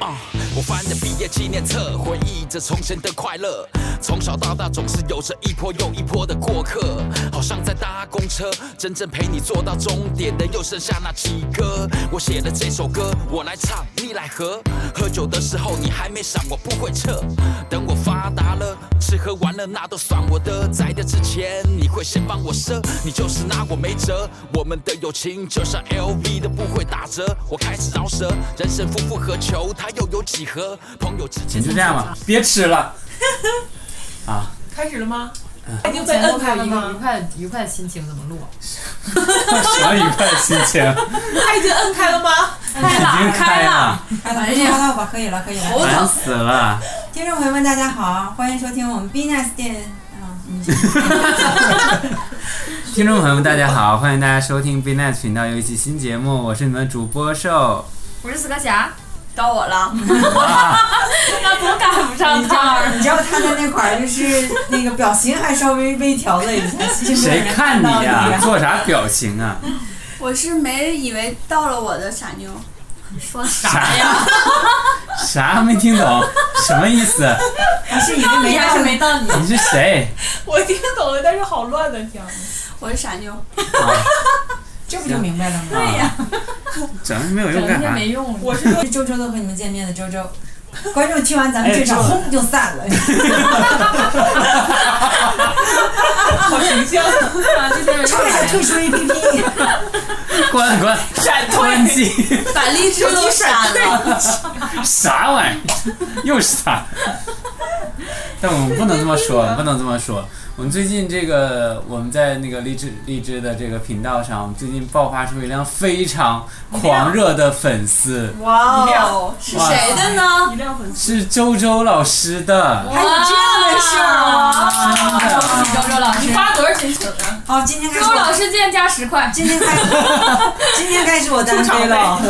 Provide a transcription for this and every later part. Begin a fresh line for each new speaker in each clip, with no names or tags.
啊、我翻着毕业纪念册，回忆着从前的快乐。从小到大，总是有着一波又一波的过客，好像在搭公车。真正陪你坐到终点的，又剩下那几个。我写了这首歌，我来唱，你来和。喝酒的时候你还没闪，我不会撤。等我发达了，吃喝玩乐那都算我的。在这之前，你会先帮我赊，你就是拿我没辙。我们的友情就像 LV 的不会打折。我开始饶舌，人生夫复何求？它又有几何？朋友之间
你就这样吧， 别吃了。啊，
开始了吗？已经被
前
摁
后开
开
了
了
一个愉
吗？
快愉快的心情怎么录啊？
什么愉快的心情？已
他已经摁开了吗？
开
经开
了，
了，
好了，好了，我可以了，可以了。
烦死了。
听众朋友们，大家好，欢迎收听我们 B Nice 电啊，嗯
听众朋友们，大家好，欢迎大家收听 B Nice 频道有一期新节目，我是你们的主播瘦。
我是死磕侠，
到我了，
哇，
那总赶不上
你知道
趟。
你知道他的那款儿就是那个表情还稍微微调了一下，其实没有
谁
人
看你
到你啊
呀、做啥表情啊？
我是没以为到了我的傻妞，
说
啥
啥呀？
啥没听懂？什么意思？
你是以为没
你
到
还是
你
没到你？
你是谁？
我听懂了，但是好乱的听。
我是傻妞，
这不就明白了吗？
对呀、啊整没有用
整
干
天
啥？
没用。
我是说，
是周周都和你们见面的周周，观众听完咱们这场
哎周
轰就 散了。
好形象，
啊，这些人
差点退 出 APP，
关关
闪
关
退。
机，
把荔枝都删了。
啥玩意儿？又是 他。但我们不能这么说，不能这么说。我们最近这个，我们在那个荔枝荔枝的这个频道上，我们最近爆发出一辆非常狂热的粉丝，
哇
你俩
哦，是谁的呢？
一辆粉丝，
是周周老师的。
还有这样的事儿吗？恭喜周周老
你
师，
发多少钱请啊？
好，今天开
周
始
周老
我，
师见价十块。
今天开始， 今天开始我单飞了。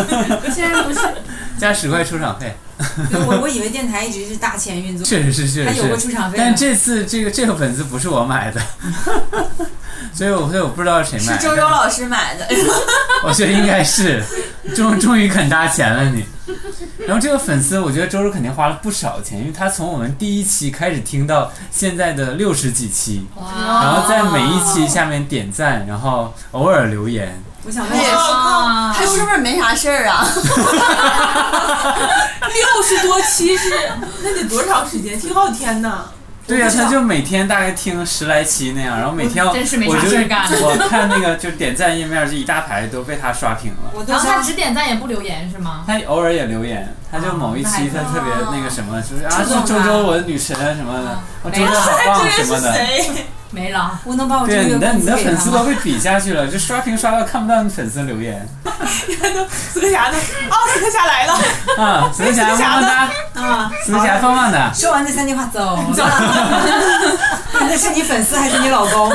现在不是
加十块出场费，
对我我以为电台一直是大钱运作，
确实是，确
还
实
有过
是。
出场费呢。
但这次这个这个粉丝不是我买 的，所以我所以我不知道是谁买
是
的。
周周老师买 的，哎
我觉得应该是，终终于肯搭钱了你。然后这个粉丝，我觉得周周肯定花了不少钱，因为他从我们第一期开始听到现在的六十几期，
哇
然后在每一期下面点赞，然后偶尔留言。
我想
哎
哦
他也
问，
是
啊
他！是不是没啥事儿啊？
六十多期 是，那得多长时间？挺好天呐！
对呀、
我不知道
他就每天大概听十来期那样，然后每天我
真是没
我
啥
就
事儿干
我看那个就是点赞页面就一大排都被他刷屏了。
我都
然后他
想
只点赞也不留言是吗？
他偶尔也留言，他就某一期他特别那个什么，就是啊，是周周我的女神啊什么的，我周周好棒什
哎
么的。
谁？
没了。
我能把我这
对，
个
你的
工
你
资
的
给
粉
他
丝
啊
都
吗？
被比下去了，就刷屏刷到看不到你粉丝留言
死个啥呢？哦，死个啥来了？
啊！紫 霞棒棒哒，
啊，
紫霞棒棒哒，
说完这三句话走了。那是你粉丝还是你老公？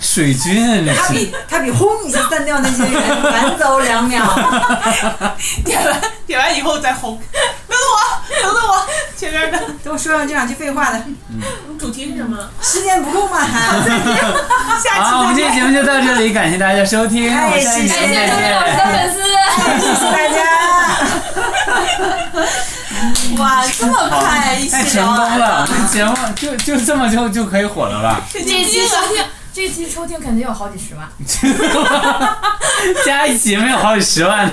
水军这
他
是
比他比轰一下散掉那些人晚走两秒。
点完 点完以后再轰。等等我，等等我，前面的
都说上这两句废话的，
主题是什么？
时间不够嘛？
下期
好，我
再
们这
见
期。节目就到这里，感谢大家收听，我们下期
感
节目
哎谢周
再
周老师
见。
的粉丝。
谢谢大 家。
哇，这么快一
太
期
成
聊啊
功
完
了，我们节目就就这么就就可以火了吧？
这期收听，这期收听肯定有好几十万。
加一起没有好几十万呢。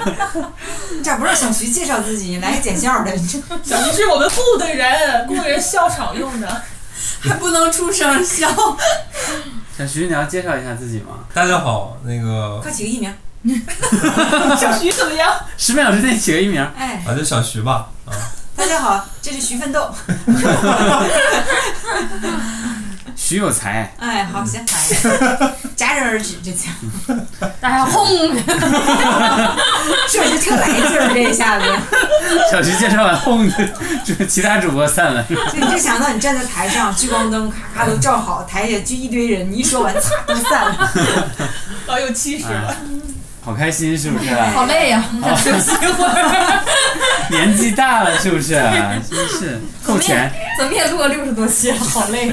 你咋不让小徐介绍自己，来个减笑的？你这
小徐是我们雇的人，雇人笑场用的。
还不能出声笑，
小徐，你要介绍一下自己吗？
大家好，那个
快起个艺名。
小徐怎么样？
十秒之内起个艺名，
哎，
啊，就小徐吧，啊，
大家好，这是徐奋斗。
徐有才。
哎，好，行，戛然而止，这次
大家轰！
这是特来劲儿，这一下子。
小徐介绍完，轰，就其他主播散了。
就你就想到你站在台上，聚光灯咔咔都照好，台下聚一堆人，你一说完，擦都散了。
老有气势了。
啊，好开心是不是啊？
好累呀、想休息一会儿。
年纪大了是不是啊？真是扣钱，
怎么也录了六十多期了，好累。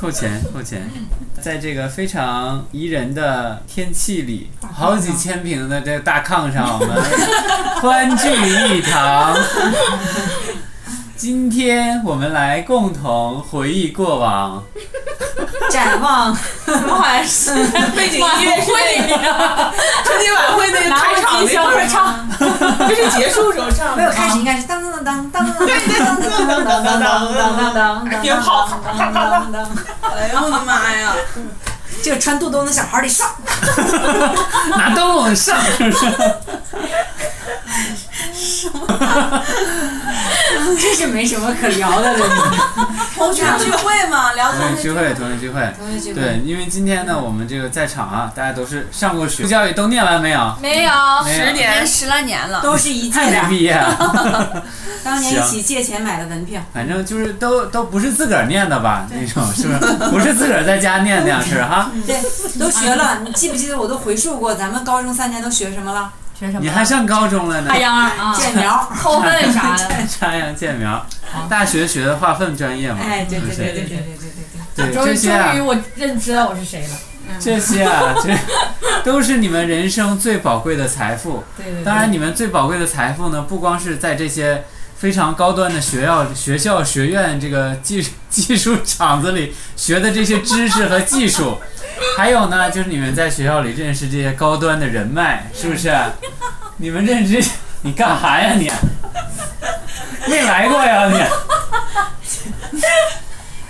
扣钱，扣钱。在这个非常宜人的天气里，好几千平的这个大炕上，我们欢聚一堂。今天我们来共同回忆过往，
展望
怎么好像是
背景音乐是那个春节晚会那个开场那
拿
个
我机
唱， 这是结束时候唱
没
的。
有开始，应该是当当当当当当当当当当当当当，当当，
哎呦我的妈呀！
这个穿肚兜的小孩得上，
拿灯笼上，是不是？
这是没什么可聊的了。
同学聚会嘛，聊
同
同
学
学
聚会，同学聚会。对，因为今天呢，我们这个在场啊，大家都是上过学，教育都念完没有？
没有
没有十
年
十来年了，
都是啊一届
太没
的，
毕业了，
当年一起借钱买的门票，
反正就是都都不是自个儿念的吧， 那种是不是？不是自个儿在家念那样式儿 哈，
对，都学了。你记不记得我都回溯过，咱们高中三年都学什么了？
学什
你还上高中了呢
插，
哎
秧儿啊，
建苗，
扣 分啥的，
插秧见苗，大学学的划分专业嘛，
哎，对
是不
对
是
对对对对对对。
对
终
这
于
些
终于
啊，
我认知到我是谁了。
这些啊，这 都是你们人生最宝贵的财富。
对对对，
当然，你们最宝贵的财富呢，不光是在这些非常高端的学校、学校、学院这个技技术厂子里学的这些知识和技术，还有呢，就是你们在学校里认识这些高端的人脉，是不是？你们认识，你干啥呀你？没来过呀你？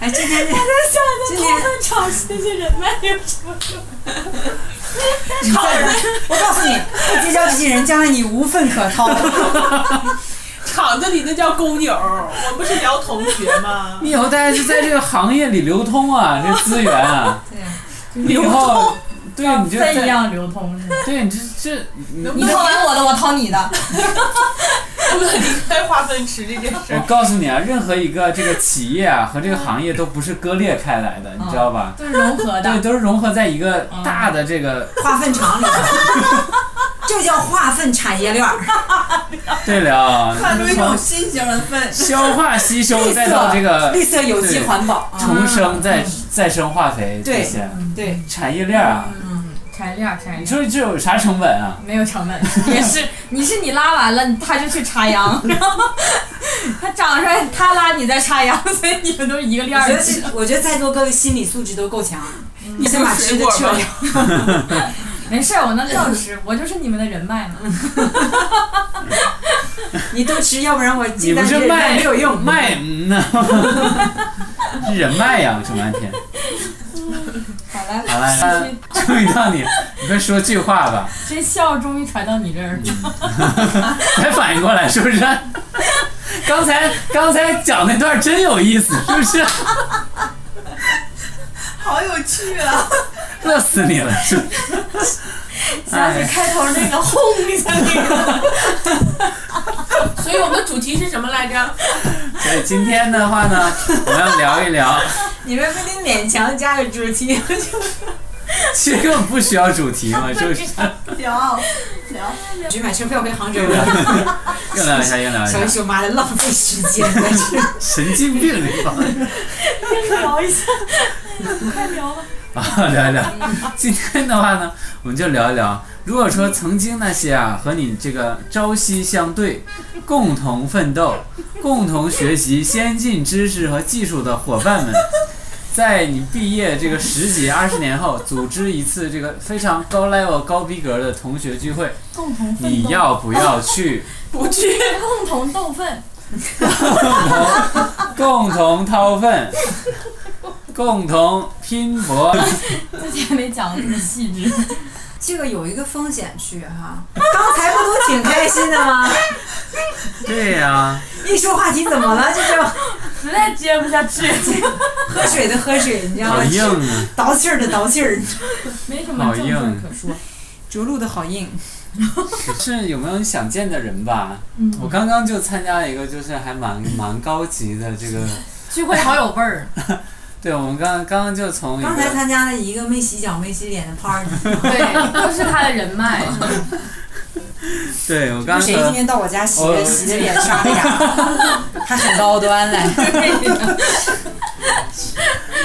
哎，今天今天
找这些人脉有什么？
你在这儿我告诉你，不结交这些人，将来你无粪可掏。
厂子里那叫工友，我们不是聊同学吗？
你以后大家就在这个行业里流通啊，这资源 啊，你以后对你就
分一
在
样流通是吧？
对你这这你
你掏完我的，我掏你的，
不能离开划分池这件事
我
儿。
告诉你啊，任何一个这个企业啊和这个行业都不是割裂开来的，你知道
嗯
吧？
都是融合
对，
的。
都是融合在一个大的这个
化粪场里边儿，这叫化粪产业链儿。
对 了，啊
发出一种
从
新型的粪。
消化吸收再到这个
绿色有机环保啊，
重生再再生化肥这
对嗯
些
对，
产业链啊，
产业链，产业
你
链。
说这有啥成本啊？
没有成本，也是你是你拉完了，你他就去插秧，然后他长出来他拉你再插秧， 所以你们都是一个链
我
儿
觉得
的。
这，我觉得在座各位心理素质都够强，你先把吃的吃了，
没事儿，我能照吃，我就是你们的人脉嘛。
你都吃，要不然我
你
鸡
不
蛋
是
这
卖
没有用。
卖嗯呢， 是人脉呀，这半天。
好来，
好 了，终于到你，你快说句话吧，
这笑终于传到你这儿了。
才反应过来是不 是？刚才刚才讲那段真有意思，是不是？
好有趣啊！
乐死你了，是不是？ 哎
像是开 头那个轰一下那个，
所以我们主题是什么来着？
所以今天的话呢，我们要聊一聊，
你们不得勉强加个主题？
其实根本不需要主题嘛，是不 是？
聊聊
去买车票回杭州了，
又聊一下，又聊一
小
下
姨，说妈的浪费时间， 真是
神经病这帮人
聊一下，快聊吧。
啊，聊一聊。今天的话呢，我们就聊一聊，如果说曾经那些啊和你这个朝夕相对、共同奋斗、共同学习先进知识和技术的伙伴们。在你毕业这个十几 二十年后，组织一次这个非常高 level、高逼格的同学聚会，
共同奋斗，
你要不要去？
不去，
共同斗粪，
共同掏粪， 共同拼搏。
自己还没讲得这么细致。
这个有一个风险去哈。刚才不都挺开心的吗？
对呀、
一说话题怎么了？这叫
实在接不下去，
喝水的喝水，你知道
好
吗？
硬啊！
倒气儿的倒气儿，
没什么正事儿可说。
着陆的好硬。
是有没有你想见的人吧？
嗯
我刚刚就参加了一个，就是还蛮蛮高级的这个。
聚会好有味儿，
对，我们刚刚刚就从一
刚才
个
参加了一个没洗脚没洗脸的 party，
对，都是他的人脉。
对我刚
谁今
刚
天到我家洗
我
了洗的脸刷的牙，还很高端嘞。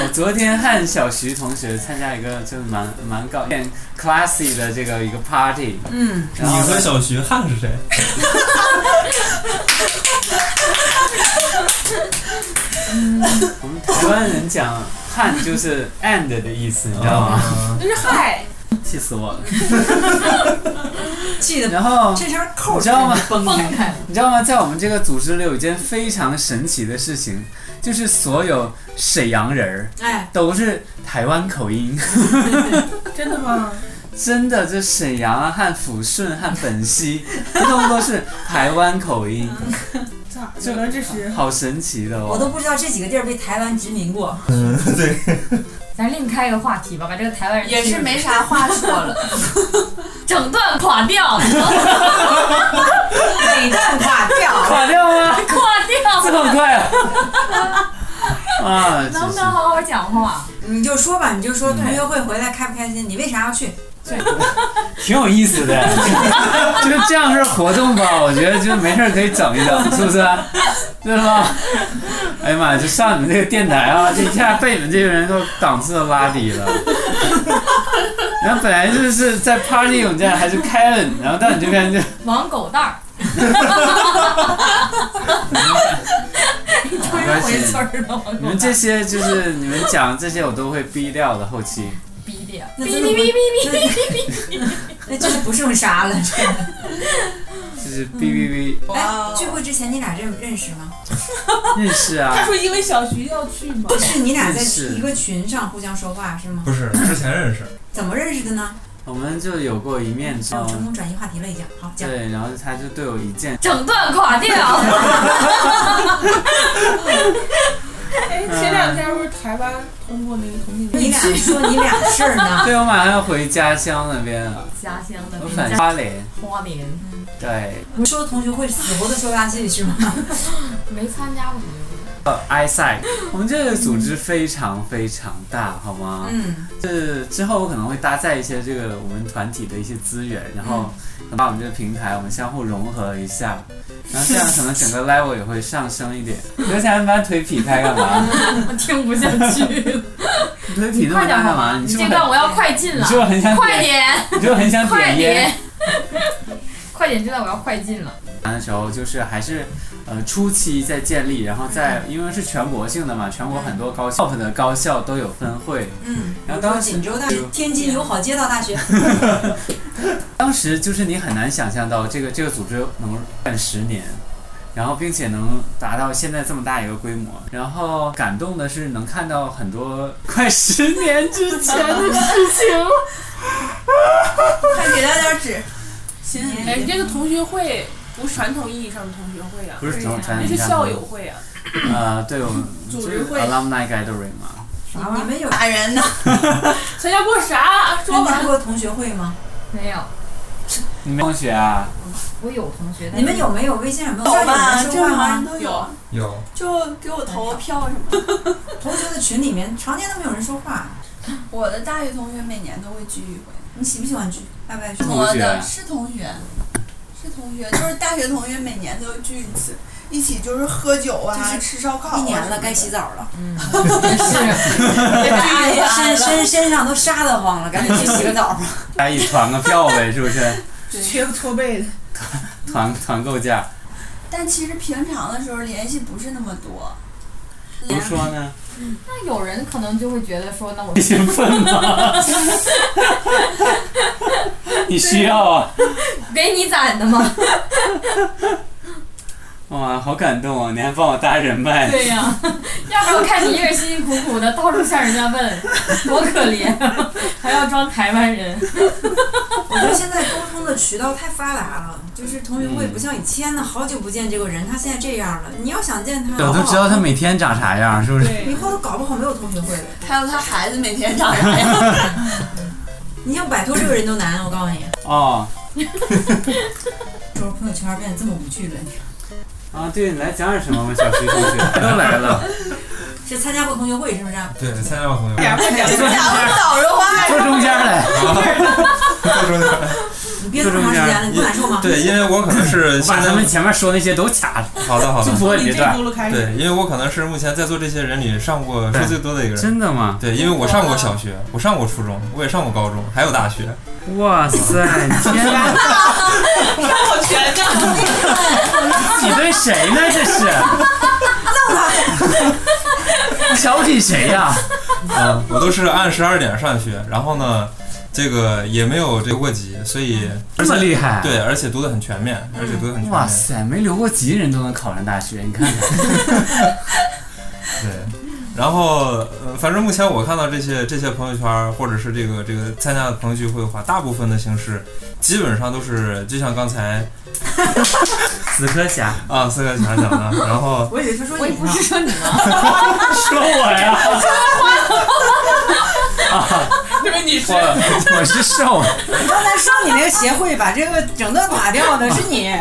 我昨天和小徐同学参加一个就是蛮蛮搞有点 classy 的这个一个 party，嗯，
你和小徐汉是谁？
嗯我们台湾人讲“汉”就是 “and” 的意思，你知道吗？
啊
就是嗨，
气死我了！
气的
然后
这条扣
你知道吗
崩开，
你知道吗？在我们这个组织里有一件非常神奇的事情，就是所有沈阳人儿
哎，
都是台湾口音，
真的吗？
真的，这沈阳啊和抚顺和本溪，通通都是台湾口音，
嗯咋的了？这是
好神奇的
我
哦！
都不知道这几个地儿被台湾殖民过。
嗯，对，
咱另开个话题吧，把这个台湾人
也是没啥话说 了。
整段垮 掉，
每段垮掉，
垮掉吗？
垮
这
掉，
么快 啊！啊，真
能不
是
能好好讲话？
你就说吧，你就说同学会回来开不开心？你为啥要去？
挺有意思的， 就是这样式儿活动吧，我觉得就没事儿可以整一整，是不是、对吧？哎呀妈呀，就上你们这个电台啊，这一下被你们这些人都档次都拉低了。然后本来就是在 party 我们这还是 Kevin，然后到你这边就
王狗蛋儿，
没关
回
系
村。儿了，王
你
狗
们
蛋
这
儿，
些就是你们讲这些我都会逼掉的，后期
逼的，
那
哔
真
哔
的
哔哔哔，
那就是不剩啥了。这
就是哔哔
哦
哎，聚会之前你俩认认识吗？
哔认识啊
他。说因为小徐要去嘛，
是你俩在
认识
一个群上互相说话是吗？
不是之前认识，
怎么认识的呢？
我们就有过一面之
哎我
交，
成功转移话题了，已经。好，讲。
对，然后他就对我一见
整段垮 掉。
哎，前两天不是台湾通过那个同性
你
恋，
俩说你俩事儿 呢？
对，我马上要回家乡那边了，
家乡的
我
名
返
家
花莲。
花莲，
对，
你说同学会死活都说不下去是吗？
没参加过同学会。
呃，I s i 我们这个组织非常非常大，好吗？
嗯，
是之后我可能会搭载一些这个我们团体的一些资源，然后
嗯
把我们这个平台我们相互融合一下， 然后这样可能整个 level 也会上升一点。刘强，你把腿劈开干 嘛？
我听不下去了，
你腿劈那么
快点
大干
好吗？
嘛？
你
你是不
这
是
段
很
我要快进
你
了
是，不是很想
快
点？
点，
你是不是很想
快
点
点
烟？，
快点！这段我要快进了。
的时候，就是还是呃初期在建立，然后在因为是全国性的嘛，全国很多高校的高校都有分会，
嗯，
然后当时
锦州大学、天津友好街道大学，
当时就是你很难想象到这个这个组织能干十年，然后并且能达到现在这么大一个规模。然后感动的是能看到很多快十年之前 的事情。
快给他点纸。
行，哎，这个同学会不是传统意义上的同学会啊，
不是总传
那是校友会啊，
呃，对我们
组
就
织
是
会
alumni gathering 嘛，
你你们有
打人呢？
参加过
啊
啥？说
参加
吧，
过同学会吗？
没有，
你们同学啊，
我有同学，但
你们有没有微信上没有
有吧，
人
这
说
种
话
玩
吗？
意儿都
有
有，
有
就给我投个票什么的。
同学的群里面常年都没有人说话，
我的大学同学每年都会聚一回，
你喜不喜欢去？爱不爱去
同？
我
学
啊
的是同学，啊是同学，就是大学同学每年都聚一次，一起就是喝酒啊，
就是
吃烧烤、啊。
一年了，该洗澡了，
嗯是
哎呀
身身身上都沙得慌了，赶紧去洗个 澡吧。
大家一起团个票呗，是不是？
缺个驼背的，
团团购 价，
但其实平常的时候联系不是那么多。
怎么说呢？
那有人可能就会觉得说，那我
你兴奋吗？ 你需要啊！
给你攒的吗？
哇，好感动啊！你还帮我搭人脉，
对呀、哎要不然我看你一个人辛辛苦苦的到处向人家问，多可怜， 还要装台湾人。
我觉得现在沟通的渠道太发达了，就是同学会不像以前呢，好久不见这个人，他现在这样了，你要想见他，
我都知道他每天长啥样，是不是？
以
对，
后都搞不好没有同学会了。
还有他孩子每天长 啥样？
你想摆脱这个人都难，我告诉你。
哦，
说朋友圈变得这么无趣了，
啊，对你来讲点什么吧，小徐同学 都来 了，
是参加过同学 会是不是？
哎
对参加过同学
两
会，
块两
讲个早上话，
坐中间来，
到时候
你憋这么长时间了，你不难受吗？
对，因为我可能是
我
现
把
在
咱们前面说那些都卡了，
好的好
就
的，
不
从
过你
你
这
这
段
轱�辘开始，
对，因为我可能是目前在座这些人里上过说最多的一个人。
真的吗？
对，因为我上过小学，我上过初中，我也上过高中，还有大学。
哇塞，天 哪！
我全 的。
挤兑谁呢？这 是？瞧不起谁呀、
嗯，我都是按十二点上学，然后呢，这个也没有这个过级，所以
这么厉害？。
对，而且读的很全面，而且读的很全
哇
面。
塞，没留过级的人都能考上大学，你看看。
对，然后呃，反正目前我看到这些这些朋友圈儿，或者是这个这个参加的朋友聚会的话，大部分的形式基本上都是就像刚才
死磕侠，
啊四个强讲的，然后
我以为他说
我也
你
不
呢
是说你呢，
说我呀？
因为你是
我我是瘦，
你刚才说你那个协会把这个整段打掉的是你，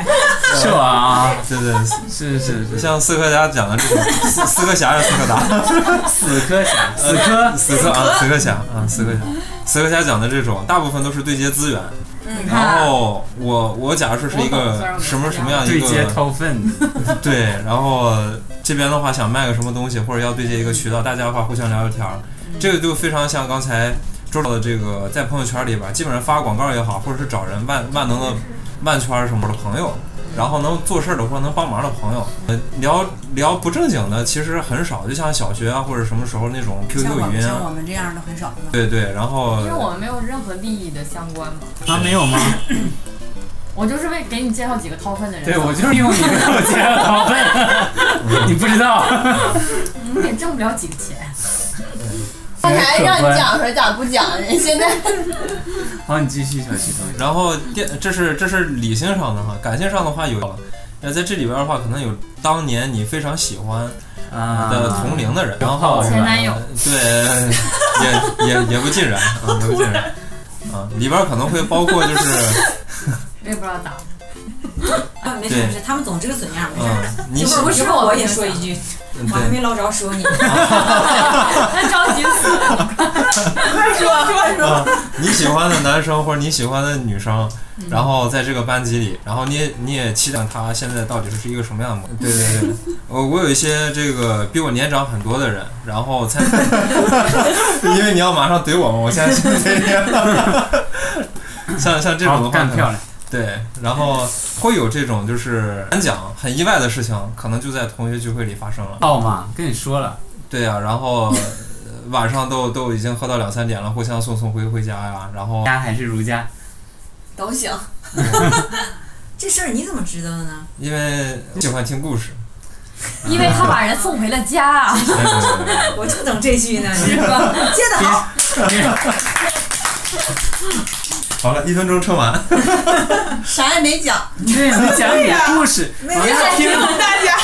是我啊，
对对，
是是是，
像四颗侠讲的这种，四四个侠是四个达，
死磕侠，死磕
四个啊四个侠啊四个侠，四个侠讲的这种，大部分都是对接啊资源。
嗯
然后我我假如说是一个什么什么样一
对
个
接掏粪，
对，然后这边的话想卖个什么东西，或者要对接一个渠道，大家的话互相聊聊天儿，
嗯
这个就非常像刚才周老的这个在朋友圈里边，基本上发广告也好，或者是找人万万能
嗯
的万圈儿什么的朋友，然后能做事儿的或者能帮忙的朋友，呃，聊聊不正经的其实很少，就像小学啊或者什么时候那种
像我
QQ 语
们
音
像
啊，
我们这样的很少呢。
对对，然后
因为我们没有任何利益的相关嘛。
啊没有吗？
我就是为给你介绍几个掏粪的人。
对，我就是用你给我介绍掏粪， 你不知道。
你也挣不了几个钱。
刚才让你讲说咋不讲呢？现在
好，你继续，小徐同学。
然后电，这是这是理性上的哈，感性上的话有，那在这里边的话，可能有当年你非常喜欢
啊哦
的同龄的人，然后
前男友
呃对，也也也不尽然，啊，也不尽然，啊，里边可能会包括就是，
我也不知道咋。
啊，没事没事，他们总这个损样，没事。
嗯，你喜
一会儿
嗯
一会儿我也说一句，我还
对
没捞着说你，
他着急死了。
啊，你喜欢的男生或者你喜欢的女生，
嗯
然后在这个班级里，然后你也你也期待他现在到底是一个什么样的模样？对 对对，我我有一些这个比我年长很多的人，然 后参，因为你要马上怼我嘛，我现在 就这样。像像这种的
好，
话，
干漂亮。
对，然后会有这种就是难讲、很意外的事情，可能就在同学聚会里发生了。
傲嘛，跟你说了，
对呀、然后呃晚上都都已经喝到两三点了，互相送送回回家呀，然后
家还是儒家。
都行，
嗯
这事儿你怎么知道的呢？
因为喜欢听故事，
因为他把人送回了家，
没有没有没有没有
我就等这句呢，
是 吧？
接的好。
好了，一分钟撑完。
啥也没讲。
对，你讲你的故事，
没有
谁要听
大家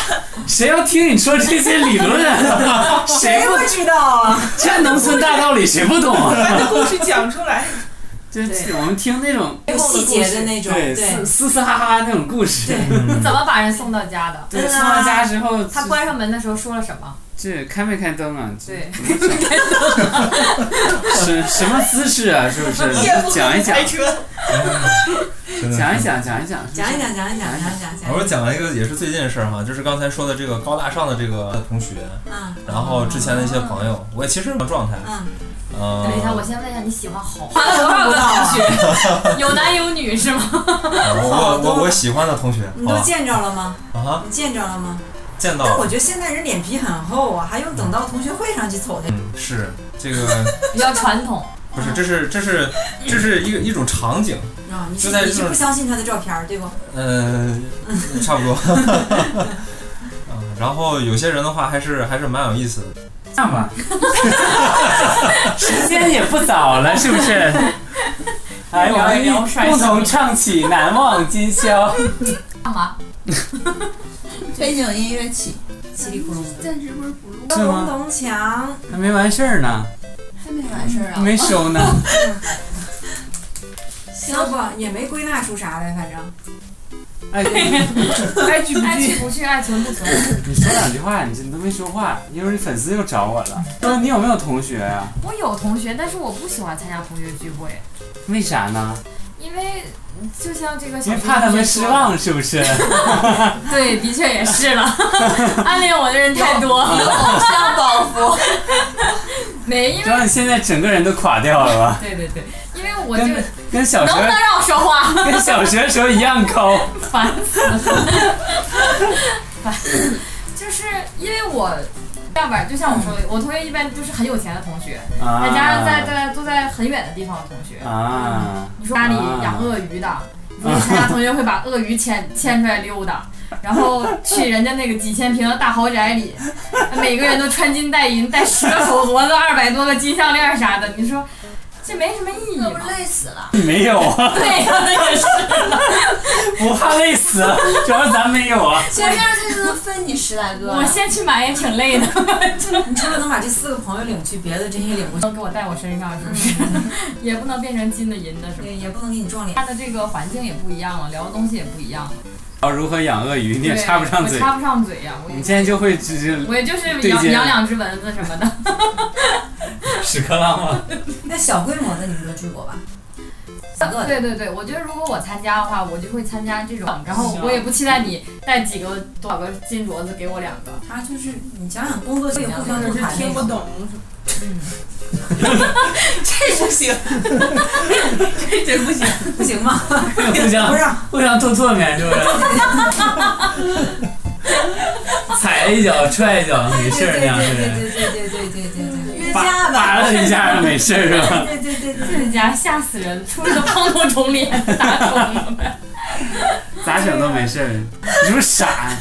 谁要听你说这些理论啊？谁
谁
不
不知道啊？
这农村大道理谁不懂啊？
把你的故事讲出来，
就
对
我们听那种
有细节的那种，对，
嘶嘶嘶哈哈那种故事。
你怎么把人送到家的？
对，
嗯
送
啊
到家之后，
他
这
关上门的时候说了什么？
这开没开灯啊？这
对，
什什么姿势啊？是不 是？
夜不
讲一讲
开，车，
真的
讲一讲，讲一讲，
讲一讲，讲一讲，讲一讲，讲
我
一
说讲了一个也是最近的事儿哈，就是刚才说的这个高大上的这个同学，
讲。啊
然后之前的一些朋友，我其实状态，
啊，
嗯、
等一下，我先问一下，你喜欢好花了多少个同学？ 有男有女是吗？
我我 我我喜欢的同学，
你
好
都
吧哦
见着了吗？
啊哈，
你见着了吗？
见到
但
了
我觉得现在人脸皮很厚啊，还用等到同学会上去瞅的。
嗯，是这个
比较传统，
不是，这是这是这是一个一种场景，
啊，你是
就在
你是
这儿
不相信他的照片儿对不？
嗯、差不多。 嗯，然后有些人的话还是还是蛮有意思的，
这样吧，时间也不早了，是不是？来，我
聊一
们一
聊帅气
共同唱起《难忘今宵》。
干嘛？
背景音乐起，
稀里咕噜。
暂时不是不录，
是吗
咚咚锵，
还没完事儿呢，
还没完事儿啊。
没收呢。
行不？也没归纳出啥来，反正
哎，
来举
爱去不去，爱存不存。
你说两句话，你这你都没说话，一会儿你粉丝又找我了，说你有没有同学啊？
我有同学，但是我不喜欢参加同学聚会，
为啥呢？
因为就像这个小
因为
学
怕他
同学
们失
说
望，是不 是？
的。对，的确也是 了，暗恋我的人太多了。
偶像包袱，
没，因
主
为
要你现在整个人都垮掉了吧？
对对对，因为我就
跟
能
跟小
不能
学
让我说话？
跟小学时候一样 高。
烦死了，烦死了。就是因为我这样吧，就像我说的，我同学一般都是很有钱的同学，
啊
再加上在在都在很远的地方的同学。
啊，
你说家里养鳄鱼的，你说谁家同学会把鳄鱼牵牵出来溜达，然后去人家那个几千平的大豪宅里，每个人都穿金戴银，戴十个手镯子，二百多个金项链啥的，你说这没什么意义
那不
吗？
累死了。
没有 啊，
对呀、那也是。
不怕累死，啊主要是咱没有啊。
前面这就能分你十来个。
我先去买也挺累的，
你除了能把这四个朋友领去，别的真也领不去，
都给我带我身上是不是？ 也不能变成金的银的什么。
也也不能给你撞脸。
他的这个环境也不一样了，聊的东西也不一样了，
要哦如何养鳄鱼，你也
对
插不上
我
嘴。
插不上嘴呀、我
你现在就会只是
我也就是
对
养
接
养两只蚊子什么的。
屎壳郎 吗？
那小规模的你们都去过吧？小个的
对对对，我觉得如果我参加的话，我就会参加这种，然后我也不期待你带几个多少个金镯子给我两 个，
啊，就是你想想工作就有互相
就
不
是
谈
听不懂，
这
不行，这真不行。
不行吗？
互相
不让，
互相吐唾沫，是不是？ 踩一脚踹一脚没事儿那
对
样
对
是不
对
是？
对对对对对对对对，约
扒
架吧。
扒拉一下没事儿是吧？
对对对对，
这家吓死人，出了个胖头肿脸，打肿了。
咋整都没事儿，你是不是傻？ 啊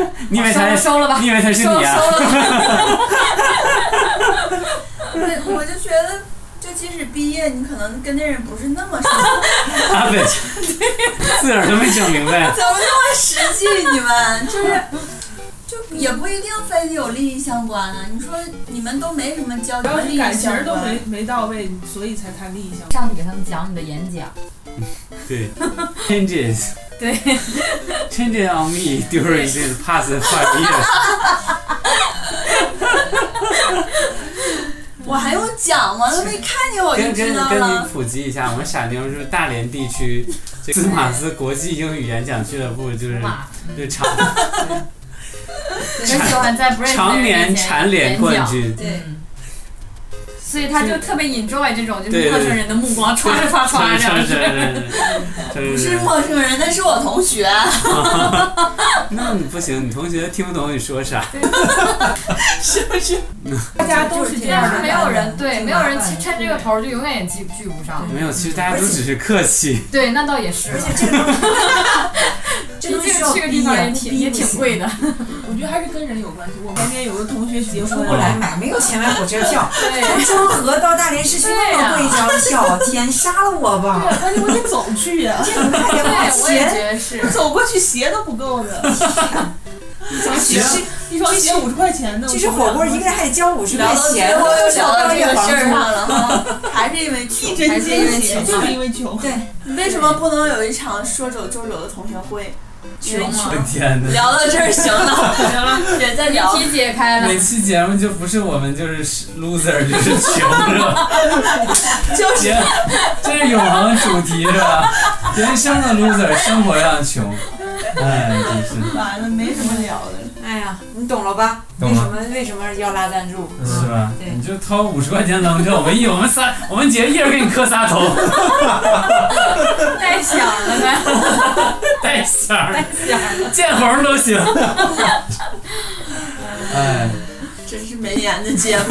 你以为
收
他
了
是？
收了吧，
你以为他是
收
你
了
啊？
收了吧。
对，我就觉得，就即使毕业，你可能跟那人不是那么熟，怎
啊对，自个儿都没整明 白。
么那么实际？你们就是。就也不一定非得有利益相关啊！你说你们都没什么交
主
集，
要
利
是
益
感情
相
儿
关
都没没到位，所以才谈利益相关。
上去给他们讲你的演讲，
对，changes
对
changes on me during this past five years。
我还用讲吗？都没看见我就
跟
知
跟
道
跟你
了。
普及一下，我们傻妞就是大连地区这司马斯国际英语演讲俱乐部，就是
嘛，
就常
很喜欢在不认识的
常
人面
年
前
蝉联
演
冠
讲。
军。
对
嗯所以他就特别 enjoy 这种就
对对
是陌生人的目光，唰唰唰唰这样
是是
子。
是
不
是
是
是。
陌生人，那是我同学。
那你不行，你同学听不懂你说啥。
大家都是这样
没
的，
有人
这
对，
个
没有人
麻烦
去趁这个头儿就永远也聚聚不上。
没有，其实大家都只是客 气。
对，那倒也是啊
而。且这个这
毕
东
竟去
西需要
个
逼
地方
呀
也挺也挺贵 的，
我觉得还是跟人有关系。我前年有个同学结
出
婚，
不
嗯
来买，没有钱买火车 票，
对，
从中和到大连市区那么贵一张票， 天，杀了我吧！
关键我得走去呀、
这怎么还得花
对，我也
钱？
觉得是。
走过去鞋都不够 呢，
其实
一双鞋五十块钱呢。
其实火锅一个人还得交五十块
聊到
钱
最，后又聊到这
月
个
房
事儿
租
上。了 哈，还是因为
一
穷。
针见
还是因
血，
为
就
穷
是因为穷。
对，
为什么不能有一场说走就走的同学会？因为
穷
穷
啊。
天哪！
聊到这儿行了， 行了，别再聊。
题解开了
每，期节目就不是我们就是 loser 就是穷是 吧？
就是
行，这是永恒主题是吧？人生的 loser，生活上穷。哎，真是
完了，没什么聊的。
哎呀，你懂了吧？
懂
为
了
什么为什么要拉赞助？
嗯是吧？
嗯对
你就掏五十块钱扔着，我们一我们仨， 我们姐一人给你磕仨头，
带响了呗，
带响儿，
响了。
见红都 行。哎，
真是没言的节目，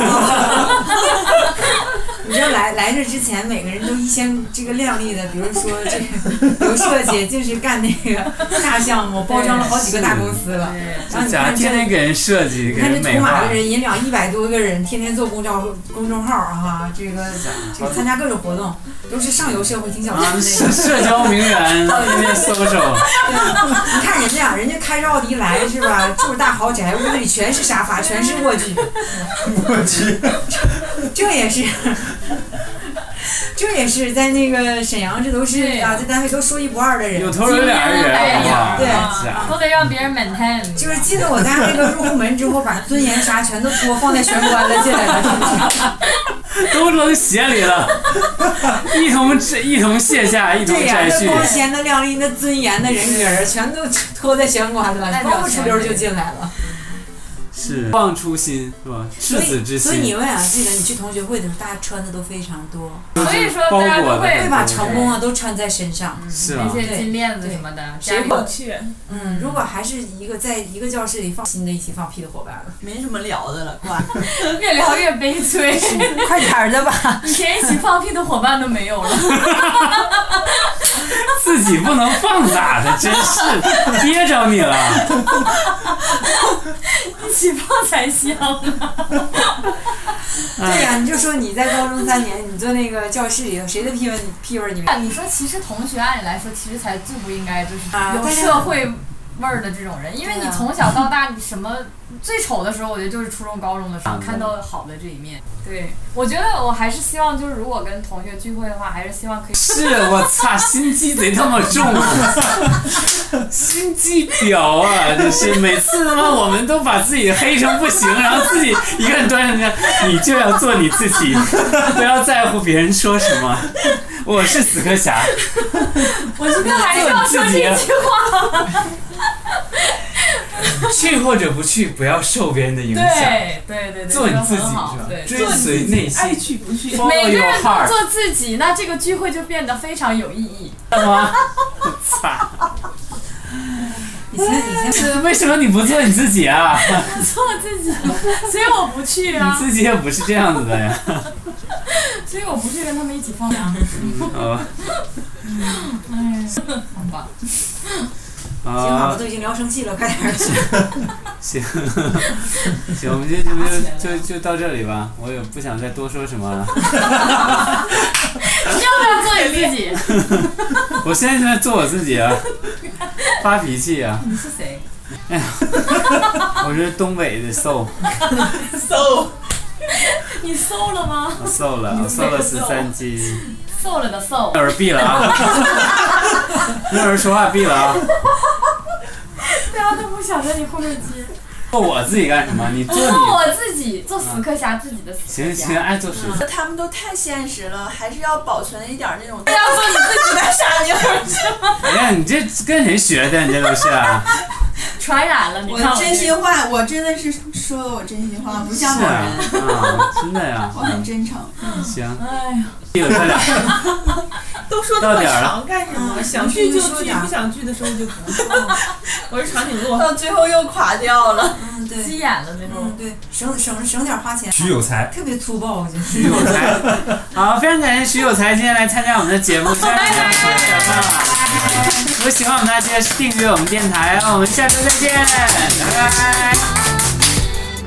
你知道来来这之前，每个人都一先这个靓丽的，比如说这个 刘设计，就是干那个大项目，包装了好几个大公司了。然
这
后你
家伙
看
天天
这，
给人设计，
你
给
看这
人美
图
化
马的。人，引两一百多个人，天天做公众公众号儿哈，这个这个参加各种活动，都是上游社会挺小
啊，
心的那
社社
种。
交名 媛，天天搜手，
你看人家，啊人家开着奥迪来是吧？住着大豪宅，屋子里全是沙发，全是卧具，
我去，
这也是， 这也是在那个沈阳，这都是啊，在单位都说一不二的
有
人。
头有脸儿的人，好不
哎对
好是啊
哎都得让别人 maintain。
就是进了我家那个入户门之后，把尊严啥全都脱，放在玄关了，进来了，
都扔鞋里了， 一同一同卸下，一同
对呀，
摘
那
去。
光鲜的亮丽、那尊严的人格儿，全都拖在悬挂了，
代表
光不出溜就进来了。
是忘初心是吧？赤子之
所以你
心，
们俩啊记得，你去同学会的时候，大家穿的都非常多，
所以说
包
大家
裹的
都
会
会
把成功啊都穿在身上。
是啊
那
吧？
些金链子什么的，家
谁
里
有趣，
嗯，如果还是一个在一个教室里放心的一起放屁的伙伴了，
没什么聊的了，挂了。
越聊越悲 催，
快点儿的吧。
以前一起放屁的伙伴都没有了。
自己不能放咋的？真是憋着你了。
一起放才香呢。
对呀，你就说你在高中三年，你坐那个教室里头，谁的屁味屁味儿你没？
哎你说，其实同学按理来说，其实才最不应该就是
啊
有
但是
社会味儿的这种人，因为
对啊
你从小到大，你什么最丑的时候，我觉得就是初中、高中的时候，
嗯
看到好的这一面。
对，
我觉得我还是希望，就是如果跟同学聚会的话，还是希望可以。
是我操，心机贼他妈重啊！心机婊啊！真是每次他妈我们都把自己黑成不行，然后自己一个人端着那，你就要做你自己，不要在乎别人说什么。我是死磕侠，
我觉得还是要说这句 话。
去或者不去，不要受别人的影响，
对对对对，
做你自
这
己是
个很好
吧？
对，
追随内
爱
心。
去不去，
Follow
每个
your
人
heart
都做自己，那这个聚会就变得非常有意义。
干嘛？操！
以前以前
是为什么你不做你自己啊？
做自 己，所以我不去
你
啊，
自己也不是这样子的呀。
所以我不去跟他们一起放 羊。
嗯，好吧。
哎，好吧，
行好吧，
啊，
都已经聊生气了，快点儿去。
行，行，我们就就就就到这里吧，我也不想再多说什么了。
你要不要做你自己？
我现在就在做我自己啊，发脾气啊，
你是谁？
我是东北的瘦，
so
你瘦了吗？
我瘦了，我瘦了十三斤。
瘦了的瘦
那，会儿闭了啊，那会儿说话闭了啊。
大家都不想在你后面接。
做我自己干什么？你做
做
你。
我自己，做死磕侠自己的死
行
磕
行，
侠。
爱做谁做。
他们都太现实了，还是要保存一点儿那种。
要做你自己的傻妞。
哎呀，你这跟谁学的？你这都是啊。
传染了，你
我
看
的
我
真
这个
心话，我真的是说我真心话，不
是
像某
啊
人，，嗯
啊，真的呀
我。很真诚。
行，
哎呀，
闭了，快点。
都说那么长干什么？
嗯
想聚就
你说
聚，
点儿
不想聚的时候就不说了。我是长颈鹿，
到最后又垮掉了，
嗯，对，
急眼了最后。
嗯对，省省省点儿花钱。
徐有才，
特别粗暴，我觉得。
徐有才，好，非常感谢徐有才今天来参加我们的节目，虽然我们说什么，如果喜欢我们的话，记得订阅我们电台哦，我们下周再见，拜拜。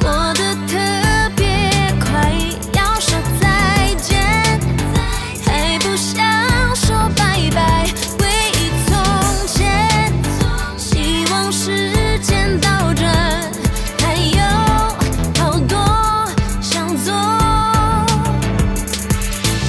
过得特别快，要说再见，还不想说拜拜，回忆从前。希望时间倒转，还有好多想做。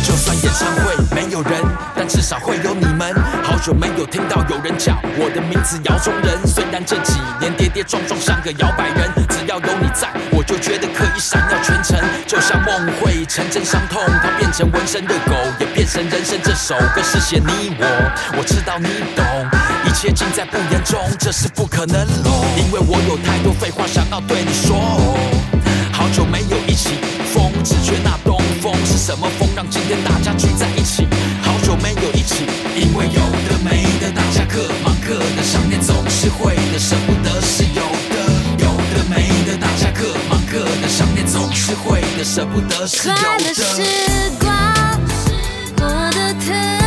就算演唱会没有人，但至少会有你们。好久没有听到有人叫我的名字姚中人，虽然这几年跌跌撞撞像个摇摆人，只要有你在，我就觉得可以闪耀全城。就像梦会成真，伤痛它变成纹身，热狗也变成人生。这首歌是写你我，我知道你懂，一切尽在不言中，这是不可能懂，因为我有太多废话想要对你说。好久没有一起疯，只缺那东风是什么风，让今天大家聚在一起？好久没有一起，因为有的没的，大家各忙各的，想念总是会的，舍不得是有的，有的没的，大家各忙各的，想念总是会的，舍不得是有
快乐
的。
时光过得特